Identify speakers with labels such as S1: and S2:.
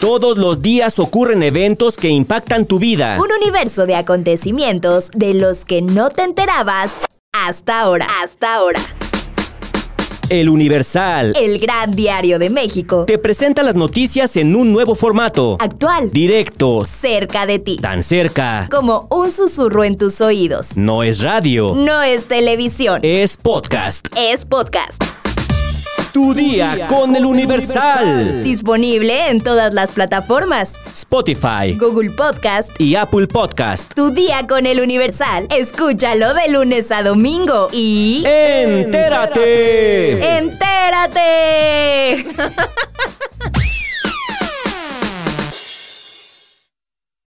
S1: Todos los días ocurren eventos que impactan tu vida.
S2: Un universo de acontecimientos de los que no te enterabas hasta ahora. Hasta ahora.
S1: El Universal
S2: El Gran Diario de México.
S1: te presenta las noticias en un nuevo formato.
S2: Actual.
S1: Directo,
S2: Cerca de ti.
S1: tan cerca.
S2: Como un susurro en tus oídos.
S1: No Eh. es radio,
S2: No es televisión.
S1: es podcast.
S2: Es podcast.
S1: Tu día con el Universal.
S2: Disponible en todas las plataformas.
S1: Spotify
S2: Google Podcast.
S1: y Apple Podcast.
S2: Tu día con el Universal. Escúchalo de lunes a domingo y...
S1: Entérate.
S2: ¡Entérate!